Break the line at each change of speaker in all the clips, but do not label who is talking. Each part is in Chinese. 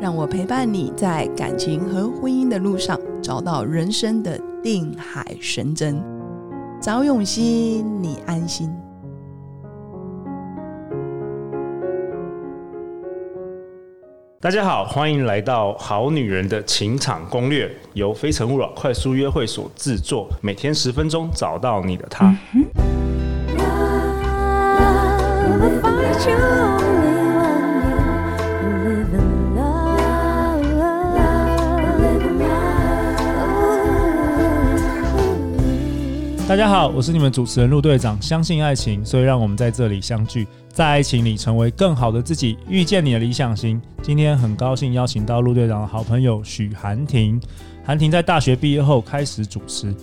让我陪伴你在感情和婚姻的路上，找到人生的定海神针。找永熙，你安心。
大家好，欢迎来到《好女人的情场攻略》，由非诚勿扰快速约会所制作，每天十分钟，找到你的他。
Love, if I truly want you, live in love, live in love.
大家好，我是你们主持人陆队长。相信爱情，所以让我们在这里相聚，在爱情里成为更好的自己，遇见你的理想型。今天很高兴邀请到陆队长的好朋友许寒婷。寒婷在大学毕业后开始主持，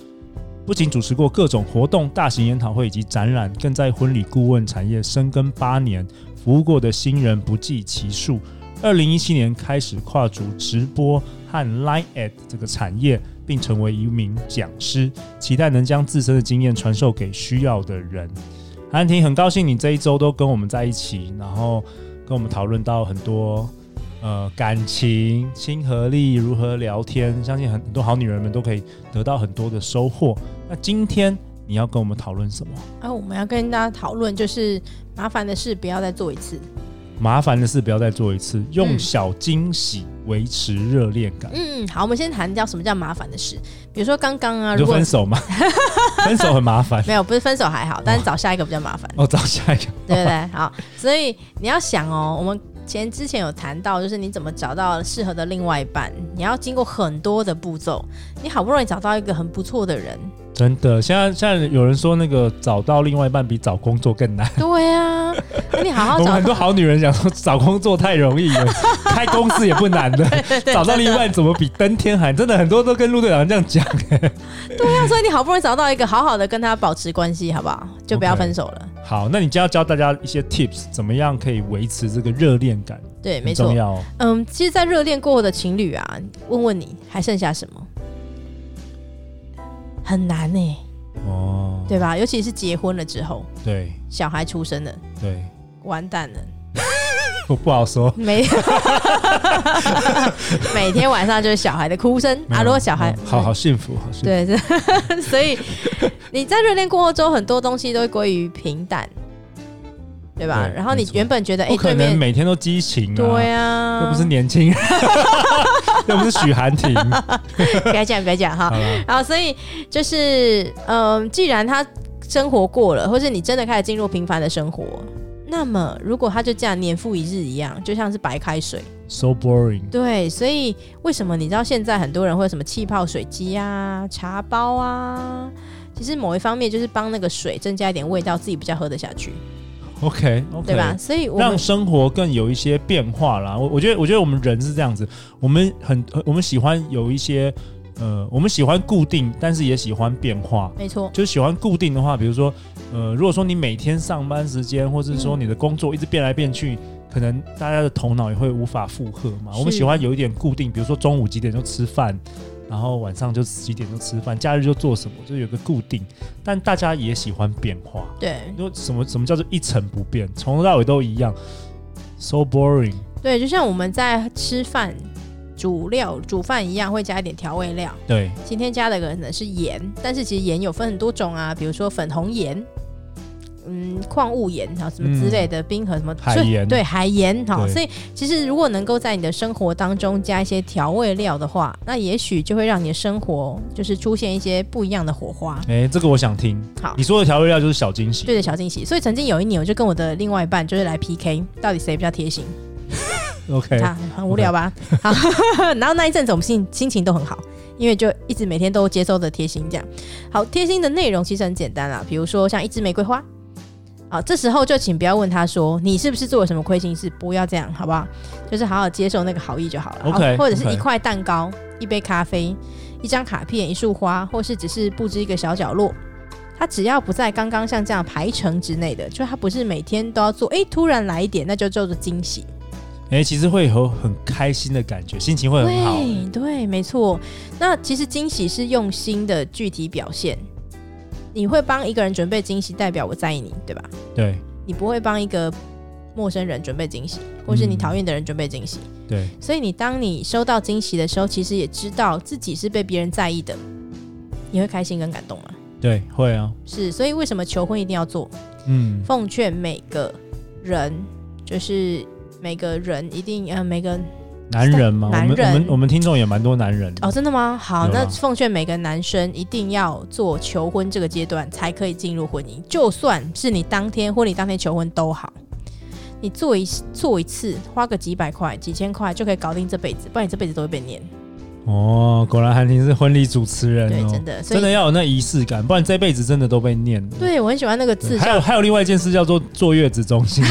不仅主持过各种活动、大型研讨会以及展览，更在婚礼顾问产业深耕八年，服务过的新人不计其数。二零一七年开始跨足直播和 Line at 这个产业，并成为一名讲师，期待能将自身的经验传授给需要的人。韩婷，很高兴你这一周都跟我们在一起，然后跟我们讨论到很多呃感情、亲和力如何聊天，相信很很多好女人们都可以得到很多的收获。那今天你要跟我们讨论什么？
啊，我们要跟大家讨论，就是麻烦的事不要再做一次。
麻烦的事不要再做一次，用
嗯
小惊喜维持热恋感。
嗯，好，我们先谈叫什么叫麻烦的事。比如说刚刚啊，
你
如
就
果
分手 嘛，分手很麻烦。
没有不是分手还好，但是找下一个比较麻烦，
哦，找下一个。
对不对？好，所以你要想哦，我们前之前有谈到，就是你怎么找到适合的另外一半，你要经过很多的步骤。你好不容易找到一个很不错的 人，
真的，现在现在有人说那个找到另外一半比找工作更难。
对啊，那你好好
我们
找
很多
到。
好女人讲说找工作太容易 了，开公司也不难的，找到另外怎么比登天还真的很多都跟陆队长这样讲。
对啊，所以你好不容易找到一个，好好的跟他保持关系，好不好？就不要
OK
分手了。
好，那你就要教大家一些 tips，怎么样可以维持这个热恋感，
对，没
很
错
重。要哦。
嗯，其实，在热恋过后的情侣啊，问问你还剩下什么？很难呢、
哦，
对吧？尤其是结婚了之后，
对
小孩出生了，
对，
完蛋了，
我不好说。
每每天晚上就是小孩的哭声啊。如果小孩
嗯好好幸福，好幸福。
对， 是所以你在热恋过后之后，很多东西都会归于平淡，对吧？
对
然后
没
你
错
原本觉得哎、
不
对
可能
面
每天都激情啊。
对啊，
又不是年轻人， 又不是许寒婷。好
不要讲，不要讲哈。
了，
好，所以就是，嗯、既然他生活过了，或是你真的开始进入平凡的生活，那么如果他就这样年复一日一样，就像是白开水，
，so boring。
对，所以为什么你知道现在很多人会有什么气泡水机啊、茶包啊？其实某一方面就是帮那个水增加一点味道，自己比较喝得下去，
OK OK，
对吧？？所以我
让
们
生活更有一些变化啦。我我觉得，我觉得我们人是这样子，我们很我们喜欢有一些呃，我们喜欢固定，但是也喜欢变化。
没错，
就是喜欢固定的话，比如说，呃，如果说你每天上班时间，或是说你的工作一直变来变去，可能大家的头脑也会无法负荷嘛。
是
我们喜欢有一点固定，比如说中午几点就吃饭，然后晚上就几点就吃饭，假日就做什么，就有个固定。但大家也喜欢变化，
对
因为什么什么叫做一成不变，从头到尾都一样，so boring。
对，就像我们在吃饭、煮料、煮饭一样，会加一点调味料。
对，
今天加的可能是盐，但是其实盐有分很多种啊，比如说粉红盐，嗯，矿物盐，然后什么之类的，冰河什么
嗯海
所以
盐
对海盐哈。
对
所以其实如果能够在你的生活当中加一些调味料的话，那也许就会让你的生活就是出现一些不一样的火花。
哎、这个我想听。
好
你，说的调味料就是小惊喜。
对的小惊喜。所以曾经有一年，我就跟我的另外一半就是来 PK，到底谁比较贴心。
OK，
啊，很无聊吧？好，然后那一阵子我们心心情都很好，因为就一直每天都接收着贴心这样。好，贴心的内容其实很简单啦，比如说像一支玫瑰花，好，这时候就请不要问他说你是不是做了什么亏心事，不要这样，好不好？就是好好接受那个好意就好了。
OK，
或者是
OK
一块蛋糕、一杯咖啡、一张卡片、一束花，或是只是布置一个小角落。他只要不在刚刚像这样排程之内的，就他不是每天都要做，诶，突然来一点，那就叫做惊喜。
哎、其实会有很开心的感觉，心情会很好。欸
对对，没错。那其实惊喜是用心的具体表现。你会帮一个人准备惊喜，代表我在意你，对吧？
对
你不会帮一个陌生人准备惊喜，或是你
嗯
讨厌的人准备惊喜。
对，
所以你当你收到惊喜的时候，其实也知道自己是被别人在意的，你会开心跟感动吗？
对，会啊，
是，所以为什么求婚一定要做？
嗯，
奉劝每个人，就是每个人一定，呃，每个
男人嘛，
男
我们我
人
们我们听众也蛮多男人的
哦，真的吗？好，
有啊
那奉劝每个男生一定要做求婚这个阶段，才可以进入婚姻。就算是你当天婚礼当天求婚都好，你做一做一次，花个几百块、几千块就可以搞定这辈子，不然你这辈子都会被念。
哦，果然韩婷是婚礼主持人
对
哦，，
真的，所
真
以
的要有那仪式感，不然这辈子真的都被念了。
对我很喜欢那个字
还
叫
有还有另外一件事叫做坐月子中 心，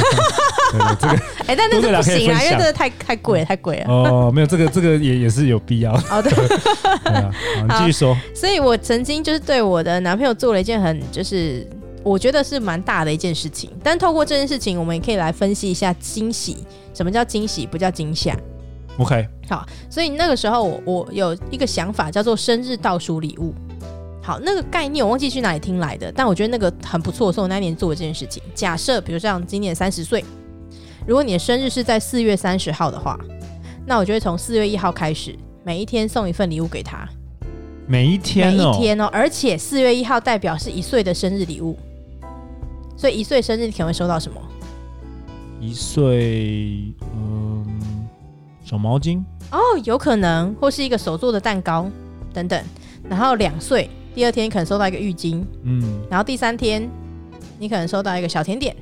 对对这个
哎、但
多个
那个不
两可以
行啦，
分
因为
享
这个太太贵了，太贵了。
哦，没有这个这个也也是有必要的。
哦，对，
对啊，好你继续说，
所以我曾经就是对我的男朋友做了一件很就是我觉得是蛮大的一件事情，但透过这件事情，我们也可以来分析一下惊喜，什么叫惊喜，不叫惊吓。
OK，
所以那个时候我我有一个想法叫做生日倒数礼物。好，那个概念我忘记去哪里听来的，但我觉得那个很不错，所以我那年做了这件事情。假设比如像今年三十岁，如果你的生日是在四月三十号的话，那我就会从四月一号开始，每一天送一份礼物给他，
每一天
每
哦，
一天哦，而且四月一号代表是一岁的生日礼物，所以一岁生日你可能会收到什么？
一岁，嗯，小毛巾，
哦，有可能，或是一个手做的蛋糕等等。然后两岁，第二天你可能收到一个浴巾，
嗯，
然后第三天你可能收到一个小甜点，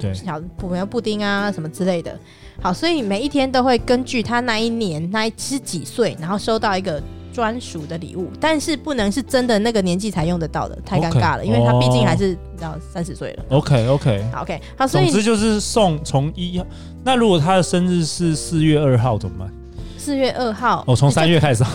对，
小普通布丁啊什么之类的。好，所以每一天都会根据他那一年那一是几岁，然后收到一个专属的礼物，但是不能是真的那个年纪才用得到的，太尴尬了
OK，
因为他毕竟还
哦
是你知道三十岁了。
OK OK，
好，OK，好，所
总
以
之就是送从一，那如果他的生日是四月二号怎么办？
四月二号，
哦，从三月开始送，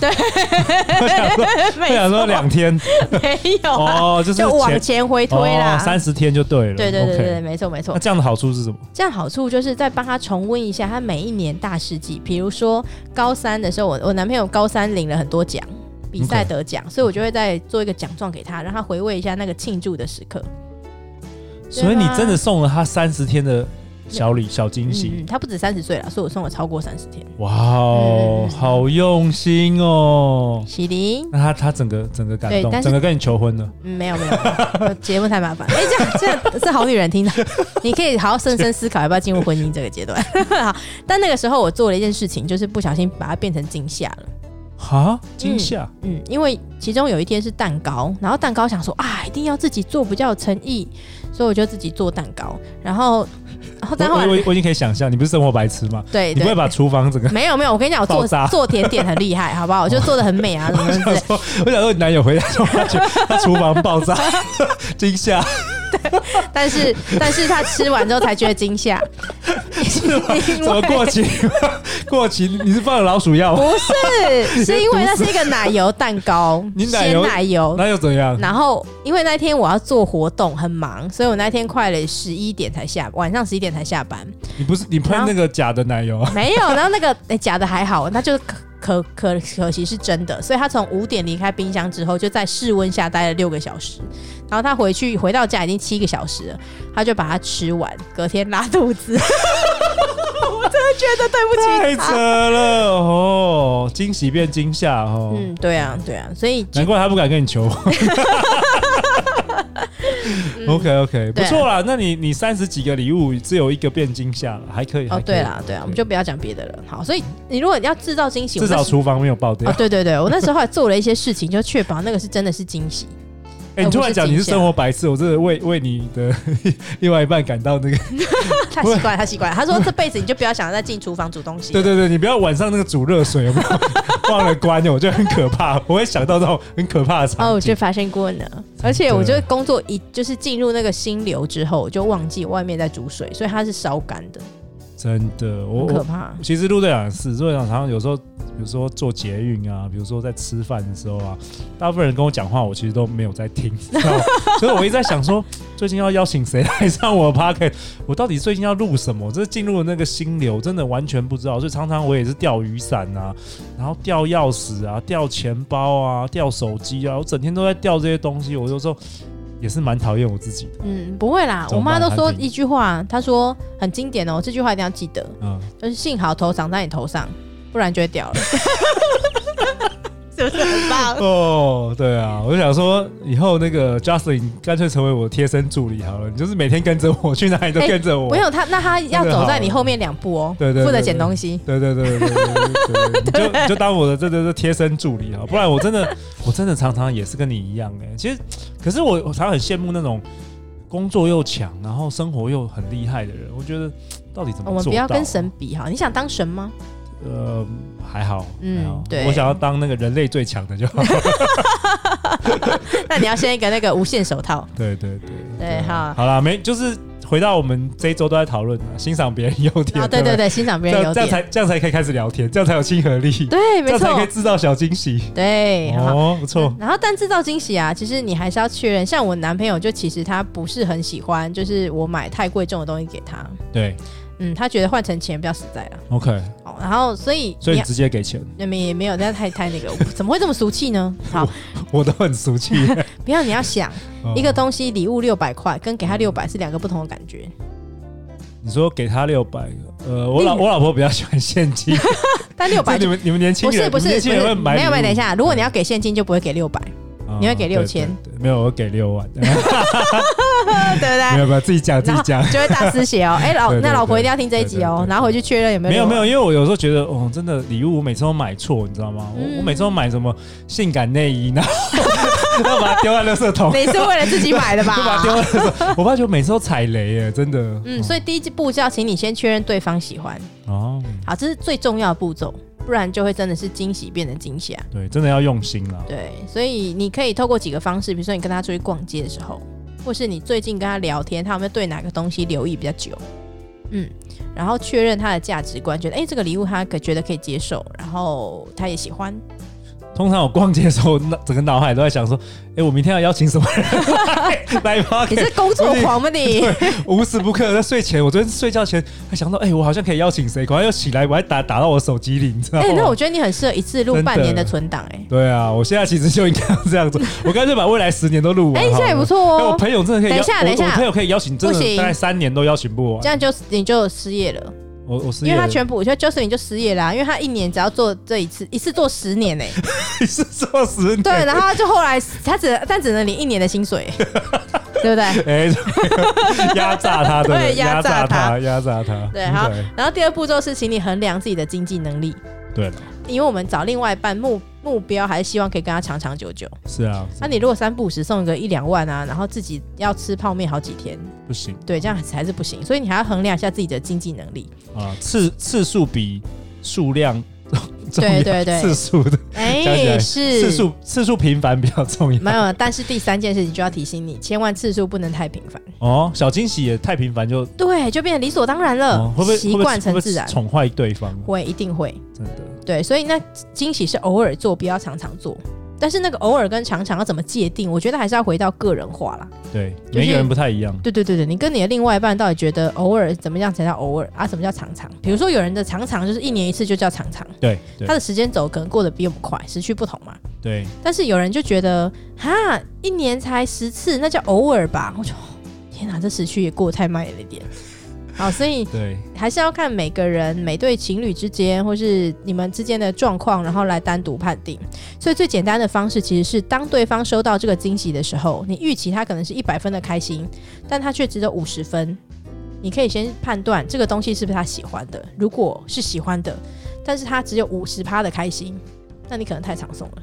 我想说，
没
我
错
想说两天，
没有啊，
哦，就是
就往
前哦
前回推啦，
三十天就对了，
对对对对对，
OK。
没错没错
那。这样的好处是什么？
这样好处就是再帮他重温一下他每一年大事记，比如说高三的时候，我我男朋友高三领了很多奖，比赛
OK
得奖所以我就会再做一个奖状给他，让他回味一下那个庆祝的时刻。啊
所以你真的送了他三十天的小礼小惊喜，
嗯，他不止三十岁了，所以我送了超过三十 天。
哇哦
嗯，
好用心哦。
喜林，
那他他整个整个感
对
动，
但是
整个跟你求婚了，
嗯没有没有没有，节目太麻烦。哎、这样这样是好女人听的，你可以好好深深思考要不要进入婚姻这个阶段。 好，但那个时候我做了一件事情，就是不小心把它变成惊吓了。
哈，惊吓，
嗯，因为其中有一天是蛋糕，然后蛋糕想说啊，一定要自己做比较有诚意，所以我就自己做蛋糕。然后，然后
我
再后
我
来，
我我已经可以想象，你不是生活白痴吗？
对
你不会
对，
把厨房整个，
没有没有，我跟你讲，我
爆
做
炸
做甜点很厉害，好不好？我就做的很美 啊，什么什么之类的。
我想说你男友回来之后，发觉他厨房爆炸，惊吓，
但是但是他吃完之后才觉得惊吓，
是吗？
因
怎么
为
过期？过期？你是放了老鼠药吗？
不是，是因为那是一个奶油蛋糕，
你奶
鲜
油
奶油。
那又怎样？
然后，因为那天我要做活动，很忙，所以我那天快了十一点才下，晚上十一点才下班。
你不是你喷那个假的奶油啊？
没有，然后那个、诶假的还好，那就可可可可惜是真的，所以他从五点离开冰箱之后，就在室温下待了六个小时，然后他回去回到家已经七个小时了，他就把它吃完，隔天拉 肚子。我真的觉得
太
对不起
扯
他。
了哦！惊喜变惊吓哦，
嗯，对啊，对啊，所以
难怪他不敢跟你求婚。OK OK，不
对啊
错啦。那你你三十几个礼物，只有一个变惊吓了，还可以。还
哦，
可以
对啦，对啊，我们就不要讲别的了。好，所以你如果要制造惊喜，
至
我那
少
时
厨房没有爆掉
哦，。对对对， 我那时候还做了一些事情，就确保那个是真的是惊喜。
哎，你突然讲你是生活白痴，我真的为为你的 另外一半感到那个。
他习惯了，他习惯了。他说这辈子你就不要想再进厨房煮东西了。
对对对，你不要晚上那个煮热水有没有？ 忘了关，我觉得很可怕，我会想到这种很可怕的场景。
哦，我就发生过呢，而且我觉得工作一就是进入那个心流之后，我就忘记外面在煮水，所以它是烧干的，
真的，我
很可
我
怕。
其实陆队长也是，陆队长常常有时候，比如说做捷运啊，比如说在吃饭的时候啊，大部分人跟我讲话，我其实都没有在听， 知道吗所以我一直在想说，最近要邀请谁来上我的 p o c k e t 我到底最近要录什么？这进入了那个心流，真的完全不知道。所以常常我也是掉雨伞啊，然后掉钥匙啊，掉钱包啊，掉手机啊，我整天都在掉这些东西，我有时候也是蛮讨厌我自己的，
嗯，不会啦，
怎
我
么
妈
办
都说
韩冰
一句话，她说很经典哦，这句话一定要记得，
嗯。
就是幸好头长在你头上，不然就 会掉了。是不是很棒？
哦，对啊，我就想说以后那个 Justin 干脆成为我贴身助理好了，你就是每天跟着我，去哪里都
哎
跟着我。
没有他，那他要走在你后面两步哦，
对对对对
负责捡东西。
对对对对对对对对，你就你就当我的这这这贴身助理啊，不然我真的我真的常常也是跟你一样哎、其实，可是我我常常很羡慕那种工作又强，然后生活又很厉害的人，我觉得到底怎么
我们
做
不要
到啊
跟神比哈，你想当神吗？
呃，还好，
嗯
还好
对
我想要当那个人类最强的就好。
那你要先一个那个无限 手套。
对对对啊
对好
好啦，没就是回到我们这一周都在讨论啊，欣赏别人优点，
啊，对
不
对，对，欣赏别
这
人优
样这样
点，
才这样才可以开始聊天，这样才有亲和力，
对，
这
没
样才可
错
以，制造小惊喜。
对，好。
哦，不错，
嗯然后，但制造惊喜啊，其实你还是要确认。像我男朋友，就其实他不是很喜欢，就是我买太贵重的东西给他。
对
嗯，他觉得换成钱比较实在啦。
，OK，
哦，然后所以
所以
你
你直接给钱，
那没也没有，那太太那个，怎么会这么俗 气呢？好，
我都很俗 气。
不要你要想
哦嗯
一个，东西，礼物六百块跟给他六百是两个不同的感觉。
你说给他六百，呃，我老
另
我老婆比较喜欢现 金，
但六
这
百
你们你们年轻
不是
人
不
你们年
是不
轻人会
是，
买
没有没有，
礼物
等一，下，如果你要给现金，就不会给 六百，
哦
你会给
对
6000
对对没有，我给六万，
对不
没
对？
有没有，自己讲自
然
己
后
讲。
就会大失血 哦。哎，老
对对
那
对
老婆一定要听这一集
对对
哦
对，对
然后回去确认有没有
没有没有，因为我有时候觉得，哦，真的礼物我每次都买错，你知道吗？
嗯
我我每次都买什么性感内衣，然后 然后把它丢在垃圾 桶，
你是为了自己买 的吧？
就把它丢在垃圾桶。我发觉我每次都踩雷耶，真的。
嗯，所以第一步就要请你先确认对方喜欢，
哦，
好，这是最重要的步骤，不然就会真的是惊喜变成惊吓。
对，真的要用心啦。
对，所以你可以透过几个方式，比如说你跟他出去逛街的时候，或是你最近跟他聊天，他有没有对哪个东西留意比较久？嗯，然后确认他的价值观，觉得哎、诶这个礼物他可觉得可以接受，然后他也喜欢。
通常我逛街的时候，那整个脑海都在想说，哎，我明天要邀请什么人 来来 p o
你
d
是工作狂 吗你？
啊无时不刻在睡前，我昨天睡觉前还想到，哎，我好像可以邀请谁，赶快又起来，我还打打到我手机里，你知道
哎、
吗？
那我觉得你很适合一次录
真的
半年的存档、哎、
对啊，我现在其实就应该要这样 做，我干脆把未来十年都录完。
哎、
好
这样也不
了
错
哎我
哦，
朋友真的可以邀，
等一下
我
等一下
我朋友可以邀请，真
不
的
行
大概三年都邀请不完
这。样就你就失业了。
我我失
因
业
为
了，
他 全部，就 Justin 就失业啦、因为他一年只要做这一次，一次做十年呢、
是做十年。
对，然后他就后来他只但只能领一年的薪水， 对不对？
哎，压榨他，不
对压榨他
他，压榨他。
对，
嗯
好。然后第二步骤是，请你衡量自己的经济能力，
对了，
因为我们找另外一半目目标还是希望可以跟他长长久久。
是啊，
那、你如果三不五时送一个一两万啊，然后自己要吃泡面好几天，
不行
对，这样还是不行。所以你还要衡量一下自己的经济能力。
啊，次次数比数量 重要
对对对
次数的
哎、
想起来
是
次数次数频繁比较重
没
要。
有，但是第三件事情就要提醒你，千万次数不能太频繁。
哦，小惊喜也太频繁就
对，就变得理所当然了，
哦会不会
呃习惯成自然，
会不会宠坏对方啊？
会一定会。
真的。
对，所以那惊喜是偶尔做，不要常常做。但是那个偶尔跟常常要怎么界定？我觉得还是要回到个人化啦。
对，
就是
每个人不太一样。
对对对对，你跟你的另外一半到底觉得偶尔怎么样才叫偶尔啊？什么叫常常？比如说有人的常常就是一年一次就叫常常，
对对
他的时间轴可能过得比我们快，时区不同嘛。
对，
但是有人就觉得哈，一年才十次，那叫偶尔吧？我就天哪，这时区也过得太慢了一点。好，所以
对，
还是要看每个人、每对情侣之间，或是你们之间的状况，然后来单独判定。所以最简单的方式其实是，当对方收到这个惊喜的时候，你预期他可能是一百分的开心，但他却只有五十分。你可以先判断这个东西是不是他喜欢的。如果是喜欢的，但是他只有五十趴的开心，那你可能太常送了。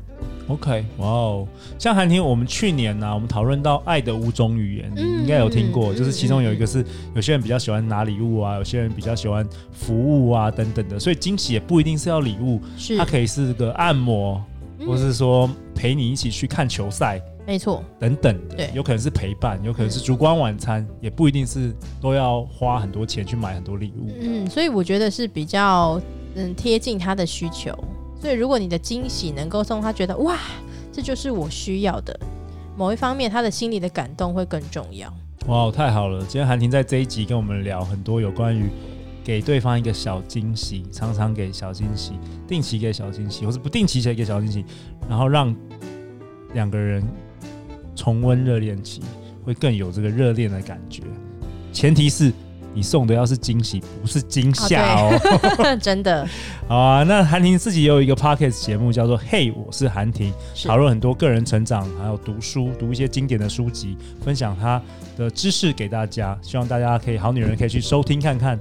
OK，哇哦，像韩婷，我们去年呢、我们讨论到爱的五种语言，你
嗯
应该有听过，
嗯
就是其中有一个是有些人比较喜欢拿礼物啊，有些人比较喜欢服务啊等等的，所以惊喜也不一定是要礼物，
是
它可以是个按摩，
嗯
或是说陪你一起去看球赛
没错，
等等的
对，嗯
有可能是陪伴，有可能是烛光晚餐，也不一定是都要花很多钱去买很多礼物。
嗯，所以我觉得是比较嗯贴近他的需求。所以如果你的惊喜能够送他觉得哇，这就是我需要的，某一方面他的心里的感动会更重要。
哇，太好了！今天韩婷在这一集跟我们聊很多有关于给对方一个小惊喜，常常给小惊喜，定期给小惊喜，或是不定期给小惊喜，然后让两个人重温热恋期，会更有这个热恋的感觉。前提是你送的要是惊喜，不是惊吓哦。
真的
好啊，那韩婷自己也有一个 podcast 节目，叫做《嘿，我是韩婷》，
是
讨论很多个人成长，还有读书，读一些经典的书籍，分享她的知识给大家。希望大家可以，好女人可以去收听看看。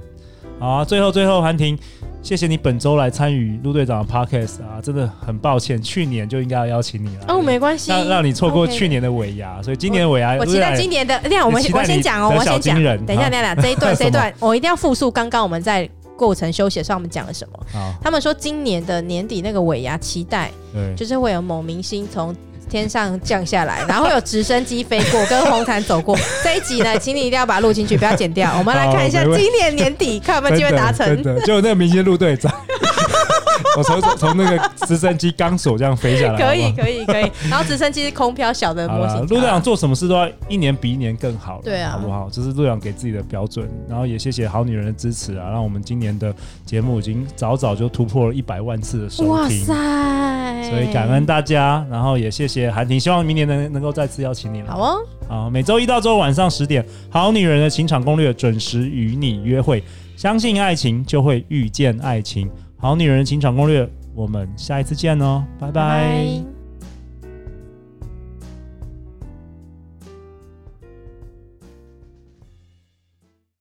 好啊，最后最后，韩婷，谢谢你本周来参与陆队长的 podcast 啊，真的很抱歉，去年就应该要邀请你了，
哦，没关系，
让让你错过
OK
去。年的尾牙，所以今年的尾牙，
我
陆队
期待
长也
今年的，等一下我们
期待
我先
你
讲哦，
得
我
小
先讲
金。人
等一下，
好
等一下，这一 段
什
这
么
一段，我一定要复述刚刚我们在过程休息的时候我们讲了什么。
好，
他们说今年的年底那个尾牙期待
对，
就是会有某明星从天上降下来，然后会有直升机飞过，跟红毯走 过。这一集呢，请你一定要把它录进去，不要剪掉。我们来看一下
好没问题
今年年底看有没有机会达
真
成。
的，就那个明星陆队 长，我从从那个直升机钢索这样飞下来，
可以
好不好
可以可以，然后直升机是空飘小的
好
模
啦
型，
陆队长做什么事都要一年比一年更好了，
对啊
好不好？这是陆队长给自己的标准，然后也谢谢好女人的支持啊，让我们今年的节目已经早早就突破了一百万次的收
哇
听，
塞！
所以感恩大家，然后也谢谢韩婷，希望明年能能够再次邀请你了。
好哦，
好，啊每周一到周五晚上十点，《好女人的情场攻略》准时与你约会。相信爱情，就会遇见爱情。《好女人的情场攻略》，我们下一次见哦，拜拜
拜。